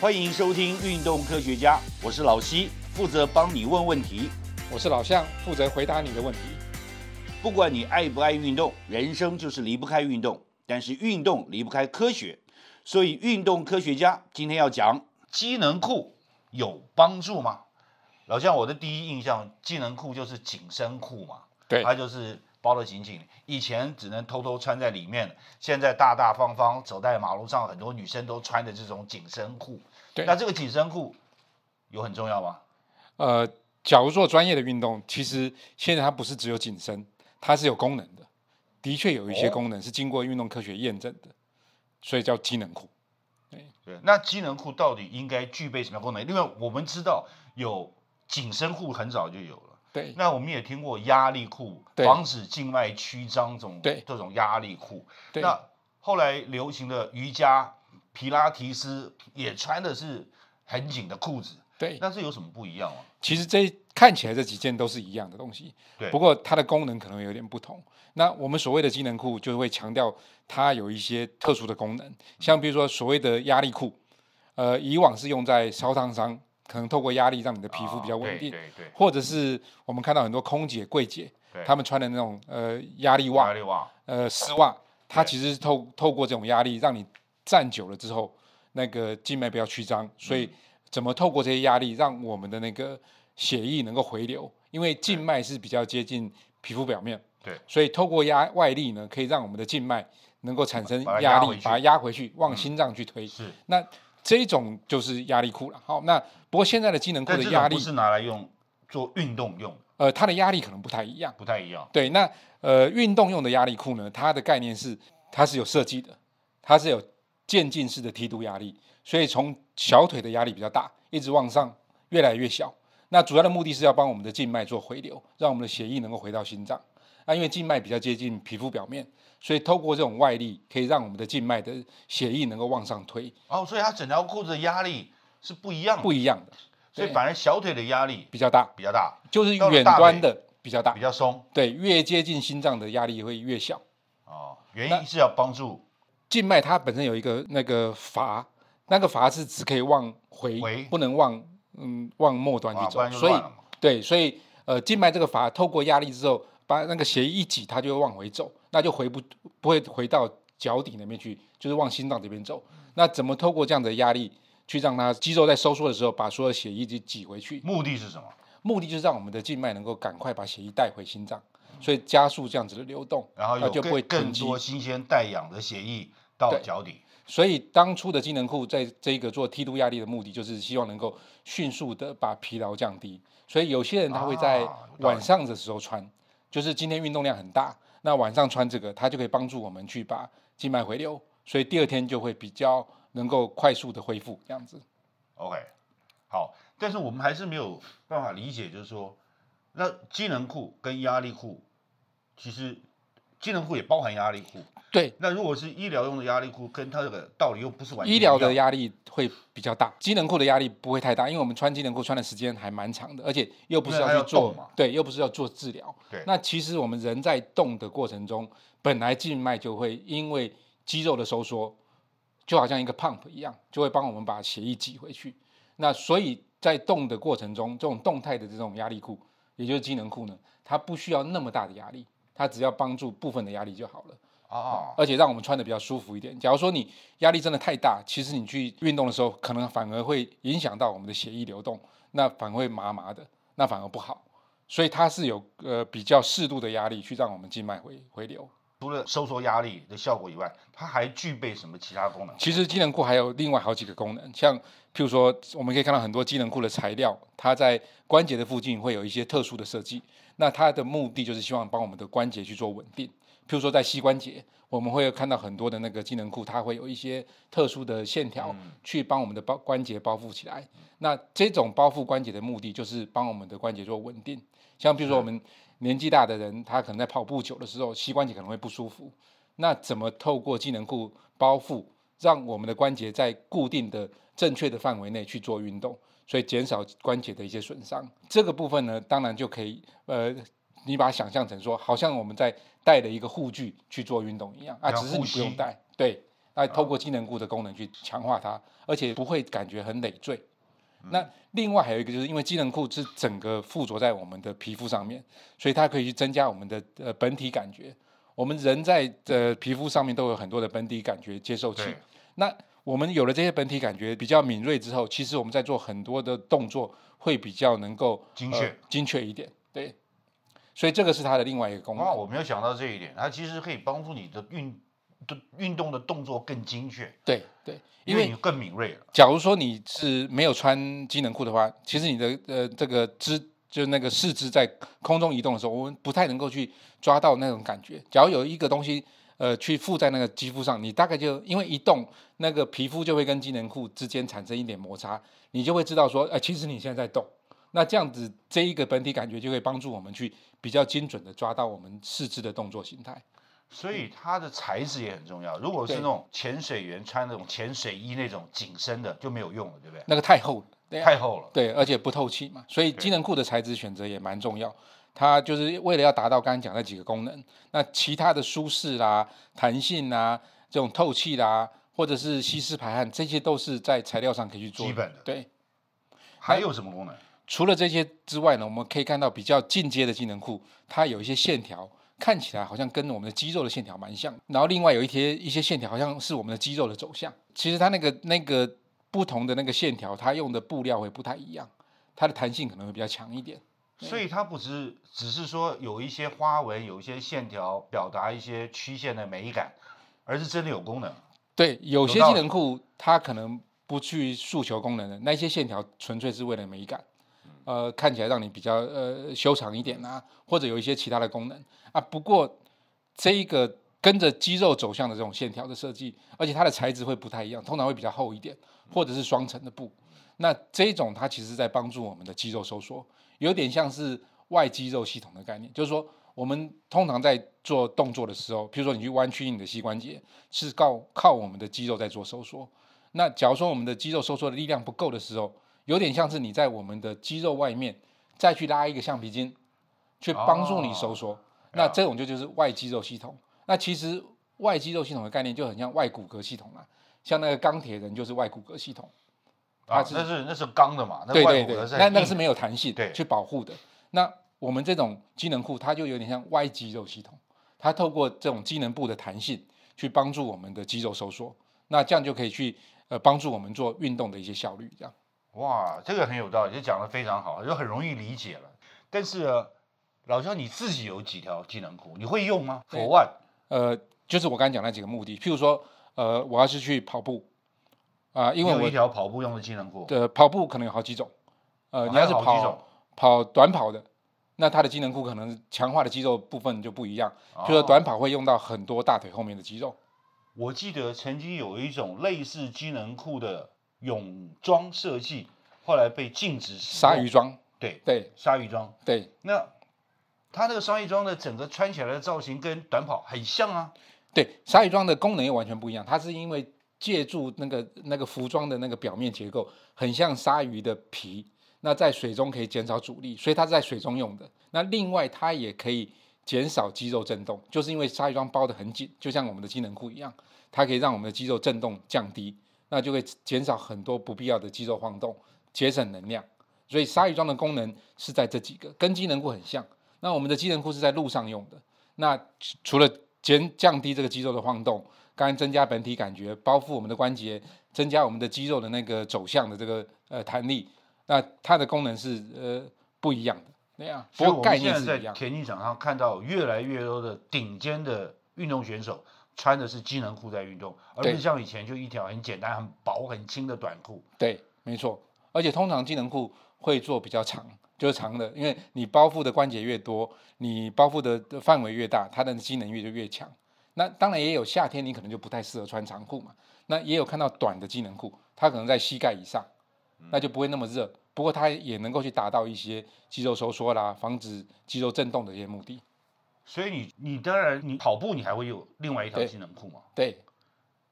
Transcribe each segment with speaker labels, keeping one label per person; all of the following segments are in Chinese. Speaker 1: 欢迎收听《运动科学家》，我是老西，负责帮你问问题。
Speaker 2: 我是老向，负责回答你的问题。
Speaker 1: 不管你爱不爱运动，人生就是离不开运动，但是运动离不开科学，所以运动科学家今天要讲机能裤有帮助吗？老像我的第一印象，机能裤就是紧身裤嘛，
Speaker 2: 对
Speaker 1: 它就是包得紧紧，以前只能偷偷穿在里面，现在大大方方走在马路上，很多女生都穿的这种紧身裤。
Speaker 2: 对
Speaker 1: 那这个紧身裤有很重要吗？
Speaker 2: 呃，假如做专业的运动，其实现在它不是只有紧身，它是有功能的，的确有一些
Speaker 1: 哦
Speaker 2: 功能是经过运动科学验证的，所以叫机能裤。
Speaker 1: 对，那机能裤到底应该具备什么样功能？因为我们知道有紧身裤很早就有了，
Speaker 2: 对
Speaker 1: 那我们也听过压力裤，
Speaker 2: 对
Speaker 1: 防止静脉曲张这种
Speaker 2: 对
Speaker 1: 这种压力裤。
Speaker 2: 对，
Speaker 1: 那后来流行的瑜伽、皮拉提斯也穿的是很紧的裤子，
Speaker 2: 对，
Speaker 1: 那这有什么不一样吗？
Speaker 2: 其实这看起来这几件都是一样的东西，
Speaker 1: 对
Speaker 2: 不过它的功能可能有点不同。那我们所谓的机能裤，就会强调它有一些特殊的功能，像比如说所谓的压力裤，呃，以往是用在烧烫伤，可能透过压力让你的皮肤比较稳定。
Speaker 1: 哦啊对对
Speaker 2: 或者是我们看到很多空姐、柜姐
Speaker 1: 对，
Speaker 2: 她们穿的那种呃压力
Speaker 1: 对，压
Speaker 2: 袜、
Speaker 1: 力袜，
Speaker 2: 呃丝袜，它
Speaker 1: 对
Speaker 2: 其实是透透过这种压力，让你站久了之后，那个静脉不要曲
Speaker 1: 嗯
Speaker 2: 张。所以怎么透过这些压力，让我们的那个血液能够回流？因为静脉是比较接近皮肤表面，
Speaker 1: 对，
Speaker 2: 所以透过压外力呢，可以让我们的静脉能够产生
Speaker 1: 把它
Speaker 2: 压
Speaker 1: 压
Speaker 2: 力
Speaker 1: 回，去嗯
Speaker 2: 把它压回去，往心脏去推。
Speaker 1: 是。
Speaker 2: 那这种就是压力裤了。好，那不过现在的机能裤
Speaker 1: 但
Speaker 2: 的
Speaker 1: 这
Speaker 2: 压
Speaker 1: 种
Speaker 2: 力
Speaker 1: 不，是拿来用做运动用的，
Speaker 2: 呃，它的压力可能不太一样。
Speaker 1: 不太一样。
Speaker 2: 对，那呃，运动用的压力裤呢，它的概念是它是有设计的，它是有渐进式的梯度压力，所以从小腿的压力比较大，一直往上，越来越小。那主要的目的是要帮我们的静脉做回流，让我们的血液能够回到心脏。那因为静脉比较接近皮肤表面，所以透过这种外力，可以让我们的静脉的血液能够往上推，
Speaker 1: 哦，所以它整条裤子的压力是不一样的，
Speaker 2: 不一样的，
Speaker 1: 所以
Speaker 2: 对
Speaker 1: 反而小腿的压力
Speaker 2: 比较大，
Speaker 1: 比较大，
Speaker 2: 就是
Speaker 1: 到了
Speaker 2: 远
Speaker 1: 大
Speaker 2: 端
Speaker 1: 腿
Speaker 2: 的比较大
Speaker 1: 比，较松
Speaker 2: 对，越接近心脏的压力会越小。
Speaker 1: 哦。原
Speaker 2: 那
Speaker 1: 因是要帮助
Speaker 2: 静脉它本身有一个那个阀，那个阀是只可以往回，
Speaker 1: 回
Speaker 2: 不能往嗯往末端
Speaker 1: 啊，
Speaker 2: 去
Speaker 1: 不
Speaker 2: 走，
Speaker 1: 然就
Speaker 2: 所以
Speaker 1: 乱了嘛。
Speaker 2: 对，所以呃静脉这个阀透过压力之后，把那个血液一挤，它就会往回走，那就回不不会回到脚底那边去，就是往心脏这边走。那怎么透过这样的压力去让它肌肉在收缩的时候把所有的血液就挤回去？
Speaker 1: 目的是什么？
Speaker 2: 目的就是让我们的静脉能够赶快把血液带回心脏，所以加速这样子的流动。
Speaker 1: 然后
Speaker 2: 那
Speaker 1: 有
Speaker 2: 就不会
Speaker 1: 更更
Speaker 2: 囤积
Speaker 1: 多新鲜带氧的血液到
Speaker 2: 对
Speaker 1: 脚底，
Speaker 2: 所以当初的机能裤在这个做梯度压力的目的，就是希望能够迅速的把疲劳降低。所以有些人他会
Speaker 1: 啊
Speaker 2: 在
Speaker 1: 有道理
Speaker 2: 晚上的时候穿，就是今天运动量很大，那晚上穿这个，它就可以帮助我们去把静脉回流，所以第二天就会比较能够快速的恢复这样子。
Speaker 1: OK，好，但是我们还是没有办法理解，就是说，那机能裤跟压力裤，其实机能裤也包含压力裤。
Speaker 2: 对，
Speaker 1: 那如果是医疗用的压力裤，跟它这个道理又不是完全
Speaker 2: 医疗
Speaker 1: 一样
Speaker 2: 的压力会比较大，机能裤的压力不会太大，因为我们穿机能裤穿的时间还蛮长的，而且又不是
Speaker 1: 因为它
Speaker 2: 要
Speaker 1: 要
Speaker 2: 去做
Speaker 1: 动嘛
Speaker 2: 对，又不是要做治疗。
Speaker 1: 对
Speaker 2: 那其实我们人在动的过程中，本来静脉就会因为肌肉的收缩，就好像一个 pump 一样，就会帮我们把血液挤回去。那所以在动的过程中，这种动态的这种压力裤，也就是机能裤呢，它不需要那么大的压力，它只要帮助部分的压力就好了。
Speaker 1: 啊，
Speaker 2: 而且让我们穿的比较舒服一点。假如说你压力真的太大，其实你去运动的时候，可能反而会影响到我们的血液流动，那反而会麻麻的，那反而不好。所以它是有呃比较适度的压力去让我们静脉回回流。
Speaker 1: 除了收缩压力的效果以外，它还具备什么其他功能？
Speaker 2: 其实机能裤还有另外好几个功能，像譬如说，我们可以看到很多机能裤的材料，它在关节的附近会有一些特殊的设计。那它的目的就是希望帮我们的关节去做稳定。譬如说，在膝关节，我们会看到很多的那个机能裤，它会有一些特殊的线条去帮我们的包关节包覆起来。那这种包覆关节的目的就是帮我们的关节做稳定。像譬如说，我们年纪大的人，他可能在跑步久的时候，膝关节可能会不舒服。那怎么透过机能裤包覆，让我们的关节在固定的正确的范围内去做运动，所以减少关节的一些损伤。这个部分呢，当然就可以，呃，你把它想象成说，好像我们在带了一个护具去做运动一样啊，
Speaker 1: 像
Speaker 2: 只是你
Speaker 1: 护
Speaker 2: 不用
Speaker 1: 膝啊
Speaker 2: 带，对，那透过机能固的功能去强化它，而且不会感觉很累赘。
Speaker 1: 嗯
Speaker 2: 那另外还有一个，就是因为机能裤是整个附着在我们的皮肤上面，所以它可以去增加我们的呃本体感觉。我们人在呃皮肤上面都有很多的本体感觉接受器
Speaker 1: 对。
Speaker 2: 那我们有了这些本体感觉比较敏锐之后，其实我们在做很多的动作会比较能够
Speaker 1: 精确
Speaker 2: 呃精确一点。对，所以这个是它的另外一个功能。
Speaker 1: 哇，哦我没有想到这一点，它其实可以帮助你的运的运动的动作更精确，
Speaker 2: 对对，
Speaker 1: 因为你更敏锐了。
Speaker 2: 假如说你是没有穿机能裤的话，其实你的呃这个肢就是那个四肢在空中移动的时候，我们不太能够去抓到那种感觉。假如有一个东西呃去附在那个肌肤上，你大概就因为一动，那个皮肤就会跟机能裤之间产生一点摩擦，你就会知道说，呃，其实你现在在动。那这样子，这一个本体感觉就会帮助我们去比较精准的抓到我们四肢的动作形态。
Speaker 1: 所以它的材质也很重要。如果是
Speaker 2: 对
Speaker 1: 那种潜水员穿那种潜水衣那种紧身的就没有用了，对不对？
Speaker 2: 那个太厚了，对啊
Speaker 1: 太厚了。
Speaker 2: 对，而且不透气嘛，所以机能裤的材质选择也蛮重要。它就是为了要达到刚刚讲那几个功能，那其他的舒适啦、弹性啦、这种透气啦，或者是吸湿排汗，这些都是在材料上可以去做
Speaker 1: 基本的
Speaker 2: 对，
Speaker 1: 还有什么功能？
Speaker 2: 除了这些之外呢，我们可以看到比较进阶的机能裤，它有一些线条。看起来好像跟我们的肌肉的线条蛮像，然后另外有一些一些线条好像是我们的肌肉的走向。其实它那个那个不同的那个线条，它用的布料会不太一样，它的弹性可能会比较强一点。
Speaker 1: 所以它不只只是说有一些花纹、有一些线条，表达一些曲线的美感，而是真的有功能。
Speaker 2: 对，
Speaker 1: 有
Speaker 2: 有些
Speaker 1: 道
Speaker 2: 技
Speaker 1: 理
Speaker 2: 能库它可能不去诉求功能的，那些线条纯粹是为了美感，
Speaker 1: 嗯
Speaker 2: 呃，看起来让你比较呃修长一点啊，或者有一些其他的功能啊。不过这一个跟着肌肉走向的这种线条的设计，而且它的材质会不太一样，通常会比较厚一点，或者是双层的布。那这种它其实在帮助我们的肌肉收缩，有点像是外肌肉系统的概念，就是说我们通常在做动作的时候，譬如说你去弯曲你的膝关节，是靠靠我们的肌肉在做收缩。那假如说我们的肌肉收缩的力量不够的时候，有点像是你在我们的肌肉外面再去拉一个橡皮筋，去帮助你收缩。那这种就就是外肌肉系统。那其实外肌肉系统的概念就很像外骨骼系统啦，像那个钢铁人就是外骨骼系统。
Speaker 1: 啊
Speaker 2: 它，是
Speaker 1: 那是那是钢的嘛，那
Speaker 2: 对
Speaker 1: 外
Speaker 2: 对
Speaker 1: 骨
Speaker 2: 对
Speaker 1: 骼，
Speaker 2: 那那个
Speaker 1: 很
Speaker 2: 是
Speaker 1: 硬
Speaker 2: 没有弹性
Speaker 1: 对
Speaker 2: 去保护的。那我们这种机能裤，它就有点像 Y 肌肉系统，它透过这种机能部的弹性去帮助我们的肌肉收缩，那这样就可以去呃帮助我们做运动的一些效率。这样
Speaker 1: 哇，这个很有道理，就讲的非常好，就很容易理解了。但是呃老肖你自己有几条技能裤，你会用吗
Speaker 2: 对
Speaker 1: ？For one，
Speaker 2: 呃，就是我刚才讲那几个目的，譬如说呃，我要是去跑步啊、因为
Speaker 1: 你有一
Speaker 2: 我
Speaker 1: 条跑步用的技能裤，
Speaker 2: 的、跑步可能有好几种，呃，
Speaker 1: 哦
Speaker 2: 你
Speaker 1: 还
Speaker 2: 要
Speaker 1: 有
Speaker 2: 是
Speaker 1: 好几
Speaker 2: 跑
Speaker 1: 种
Speaker 2: 跑短跑的。那它的机能裤可能强化的肌肉部分就不一样，譬如说
Speaker 1: 哦
Speaker 2: 短跑会用到很多大腿后面的肌肉，
Speaker 1: 我记得曾经有一种类似机能裤的泳装设计，后来被禁止使
Speaker 2: 鲨
Speaker 1: 用。
Speaker 2: 鱼装，
Speaker 1: 对，
Speaker 2: 对
Speaker 1: 鲨鱼装。
Speaker 2: 对
Speaker 1: 那它那个鲨鱼装的整个穿起来的造型跟短跑很像啊。
Speaker 2: 对，鲨鱼装的功能又完全不一样，它是因为借助那个那个服装的那个表面结构，很像鲨鱼的皮，那在水中可以减少阻力，所以它是在水中用的。那另外它也可以减少肌肉震动，就是因为鲨鱼装包得很紧，就像我们的机能裤一样，它可以让我们的肌肉震动降低，那就会减少很多不必要的肌肉晃动，节省能量。所以鲨鱼装的功能是在这几个，跟机能裤很像。那我们的机能裤是在路上用的，那除除了减降低这个肌肉的晃动，刚才增加本体感觉，包覆我们的关节，增加我们的肌肉的那个走向的这个呃弹力，那它的功能是呃不一样的。对啊，不
Speaker 1: 所以
Speaker 2: 过
Speaker 1: 我
Speaker 2: 概
Speaker 1: 们现
Speaker 2: 念
Speaker 1: 在
Speaker 2: 是
Speaker 1: 在
Speaker 2: 一样的。
Speaker 1: 田径场上看到越来越多的顶尖的运动选手穿的是机能裤在运动，而不
Speaker 2: 对
Speaker 1: 是像以前就一条很简单、很薄、很轻的短裤。
Speaker 2: 对，没错。而且通常机能裤会做比较长，就是长的，因为你包覆的关节越多，你包覆的的范围越大，它的机能越就越强。那当然也有夏天你可能就不太适合穿长裤嘛。那也有看到短的机能裤，它可能在膝盖以上，那就不会那么热。不过它也能够去达到一些肌肉收缩啦，防止肌肉震动的一些目的。
Speaker 1: 所以你你当然你跑步你还会有另外一条
Speaker 2: 对
Speaker 1: 机能裤嘛，
Speaker 2: 对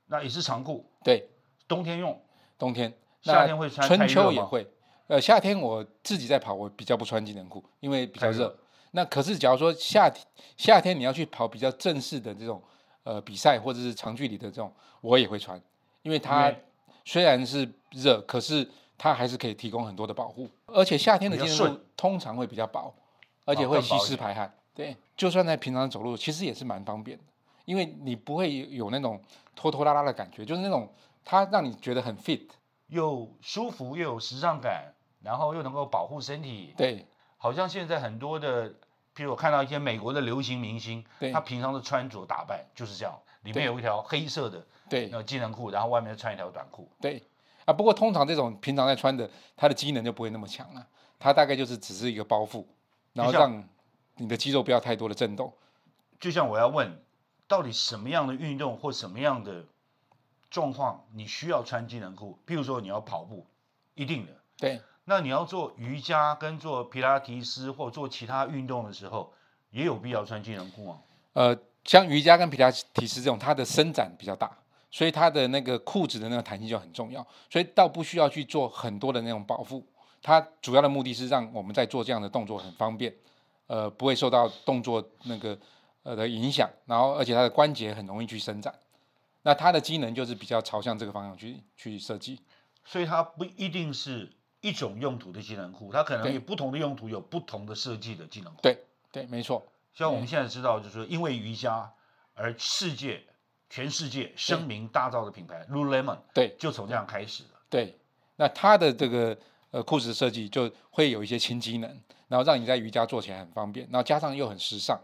Speaker 1: 那也是长裤，
Speaker 2: 对，
Speaker 1: 冬天用，
Speaker 2: 冬天、那
Speaker 1: 夏天会穿太
Speaker 2: 春
Speaker 1: 热
Speaker 2: 秋也
Speaker 1: 吗
Speaker 2: 会。呃，夏天我自己在跑，我比较不穿机能裤，因为比较
Speaker 1: 太热
Speaker 2: 热。那可是，假如说夏天夏天你要去跑比较正式的这种呃比赛或者是长距离的这种，我也会穿，因为它
Speaker 1: 对
Speaker 2: 虽然是热，可是它还是可以提供很多的保护，而且夏天的
Speaker 1: 比较
Speaker 2: 机能
Speaker 1: 顺
Speaker 2: 裤通常会比较薄，而且
Speaker 1: 哦
Speaker 2: 会
Speaker 1: 更薄
Speaker 2: 吸
Speaker 1: 一
Speaker 2: 湿
Speaker 1: 点
Speaker 2: 排汗。对，就算在平常走路，其实也是蛮方便的，因为你不会有那种拖拖拉拉的感觉，就是那种它让你觉得很 fit。
Speaker 1: 又舒服又有时尚感，然后又能够保护身体。
Speaker 2: 对
Speaker 1: 好像现在很多的，譬如我看到一些美国的流行明星，
Speaker 2: 对
Speaker 1: 他平常的穿着打扮就是这样，里
Speaker 2: 对
Speaker 1: 面有一条黑色的
Speaker 2: 对
Speaker 1: 那个机能裤，然后外面再穿一条短裤。
Speaker 2: 对啊，不过通常这种平常在穿的，它的机能就不会那么强了、它大概就是只是一个包覆，然后
Speaker 1: 就像
Speaker 2: 让你的肌肉不要太多的震动。
Speaker 1: 就像我要问，到底什么样的运动或什么样的状况你需要穿机能裤？譬如说你要跑步，一定的。
Speaker 2: 对
Speaker 1: 那你要做瑜伽跟做皮拉提斯或做其他运动的时候，也有必要穿机能裤吗？
Speaker 2: 呃，像瑜伽跟皮拉提斯这种，它的伸展比较大，所以它的那个裤子的那个弹性就很重要，所以倒不需要去做很多的那种保护。它主要的目的是让我们在做这样的动作很方便，呃，不会受到动作那个呃的影响，然后而且它的关节很容易去伸展。那它的机能就是比较朝向这个方向去去设计。
Speaker 1: 所以它不一定是一种用途的机能裤，它可能
Speaker 2: 对
Speaker 1: 有不同的用途，有不同的设计的机能裤。
Speaker 2: 对对，没错，
Speaker 1: 像
Speaker 2: 嗯
Speaker 1: 我们现在知道，就是说因为瑜伽而世界全世界声名大噪的品牌 Lululemon
Speaker 2: 对
Speaker 1: 就从这样开始了。
Speaker 2: 对。那它的这个呃裤子设计就会有一些轻机能，然后让你在瑜伽做起来很方便，然后加上又很时尚，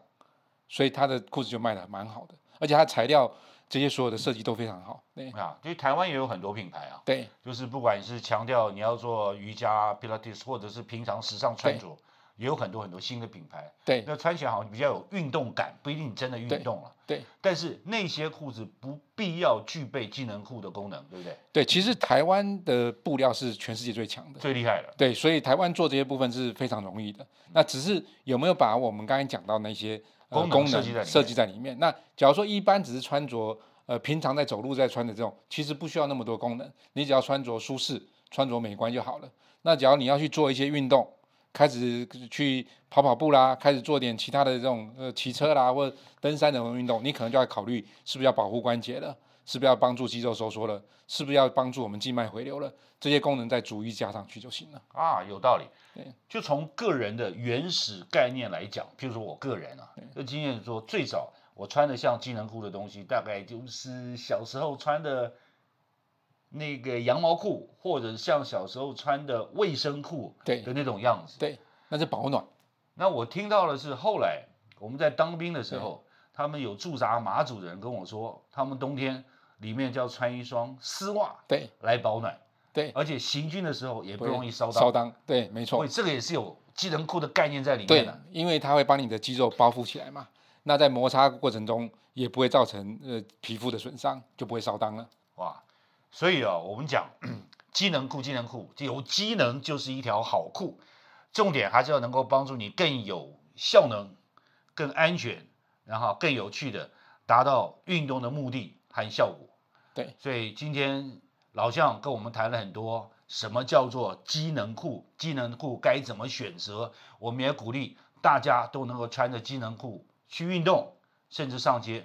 Speaker 2: 所以它的裤子就卖的蛮好的，而且它材料这些所有的设计都非常好。对
Speaker 1: 啊，就是台湾也有很多品牌啊，
Speaker 2: 对
Speaker 1: 就是不管是强调你要做瑜伽、Pilates，或者是平常时尚穿着，也有很多很多新的品牌。
Speaker 2: 对
Speaker 1: 那穿起来好像比较有运动感，不一定真的运
Speaker 2: 对
Speaker 1: 动了。
Speaker 2: 对
Speaker 1: 但是那些裤子不必要具备机能裤的功能，对不对？
Speaker 2: 对，其实台湾的布料是全世界最强的。
Speaker 1: 最厉害了。
Speaker 2: 对，所以台湾做这些部分是非常容易的。那只是有没有把我们刚才讲到那些、呃、
Speaker 1: 嗯功能
Speaker 2: 功
Speaker 1: 设计在
Speaker 2: 能
Speaker 1: 里
Speaker 2: 设
Speaker 1: 面
Speaker 2: 计在里面？那假如说一般只是穿着呃平常在走路在穿的这种，其实不需要那么多功能，你只要穿着舒适、穿着美观就好了。那假如你要去做一些运动，开始去跑跑步啦，开始做点其他的这种呃骑车啦或者登山等运动，你可能就要考虑是不是要保护关节了，是不是要帮助肌肉收缩了，是不是要帮助我们静脉回流了，这些功能再逐一加上去就行了。
Speaker 1: 啊，有道理
Speaker 2: 对。
Speaker 1: 就从个人的原始概念来讲，譬如说我个人啊，这经验说，最早我穿的像机能裤的东西，大概就是小时候穿的那个羊毛裤，或者像小时候穿的卫生裤
Speaker 2: 对
Speaker 1: 的那种样子。
Speaker 2: 对，那是保暖。
Speaker 1: 那我听到的是，后来我们在当兵的时候，他们有驻扎马祖的人跟我说，他们冬天里面就要穿一双丝袜
Speaker 2: 对
Speaker 1: 来保暖，
Speaker 2: 对，
Speaker 1: 而且行军的时候也不容易烧到
Speaker 2: 烧裆。对，没错
Speaker 1: 所以。这个也是有机能裤的概念在里面
Speaker 2: 对
Speaker 1: 的、，
Speaker 2: 因为它会帮你的肌肉包覆起来嘛，那在摩擦过程中也不会造成呃皮肤的损伤，就不会烧裆了。
Speaker 1: 哇！所以啊、我们讲 机能裤，机能裤有机能就是一条好裤，重点还是要能够帮助你更有效能、更安全，然后更有趣的达到运动的目的和效果。
Speaker 2: 对，
Speaker 1: 所以今天老向跟我们谈了很多什么叫做机能裤，机能裤该怎么选择，我们也鼓励大家都能够穿着机能裤去运动，甚至上街。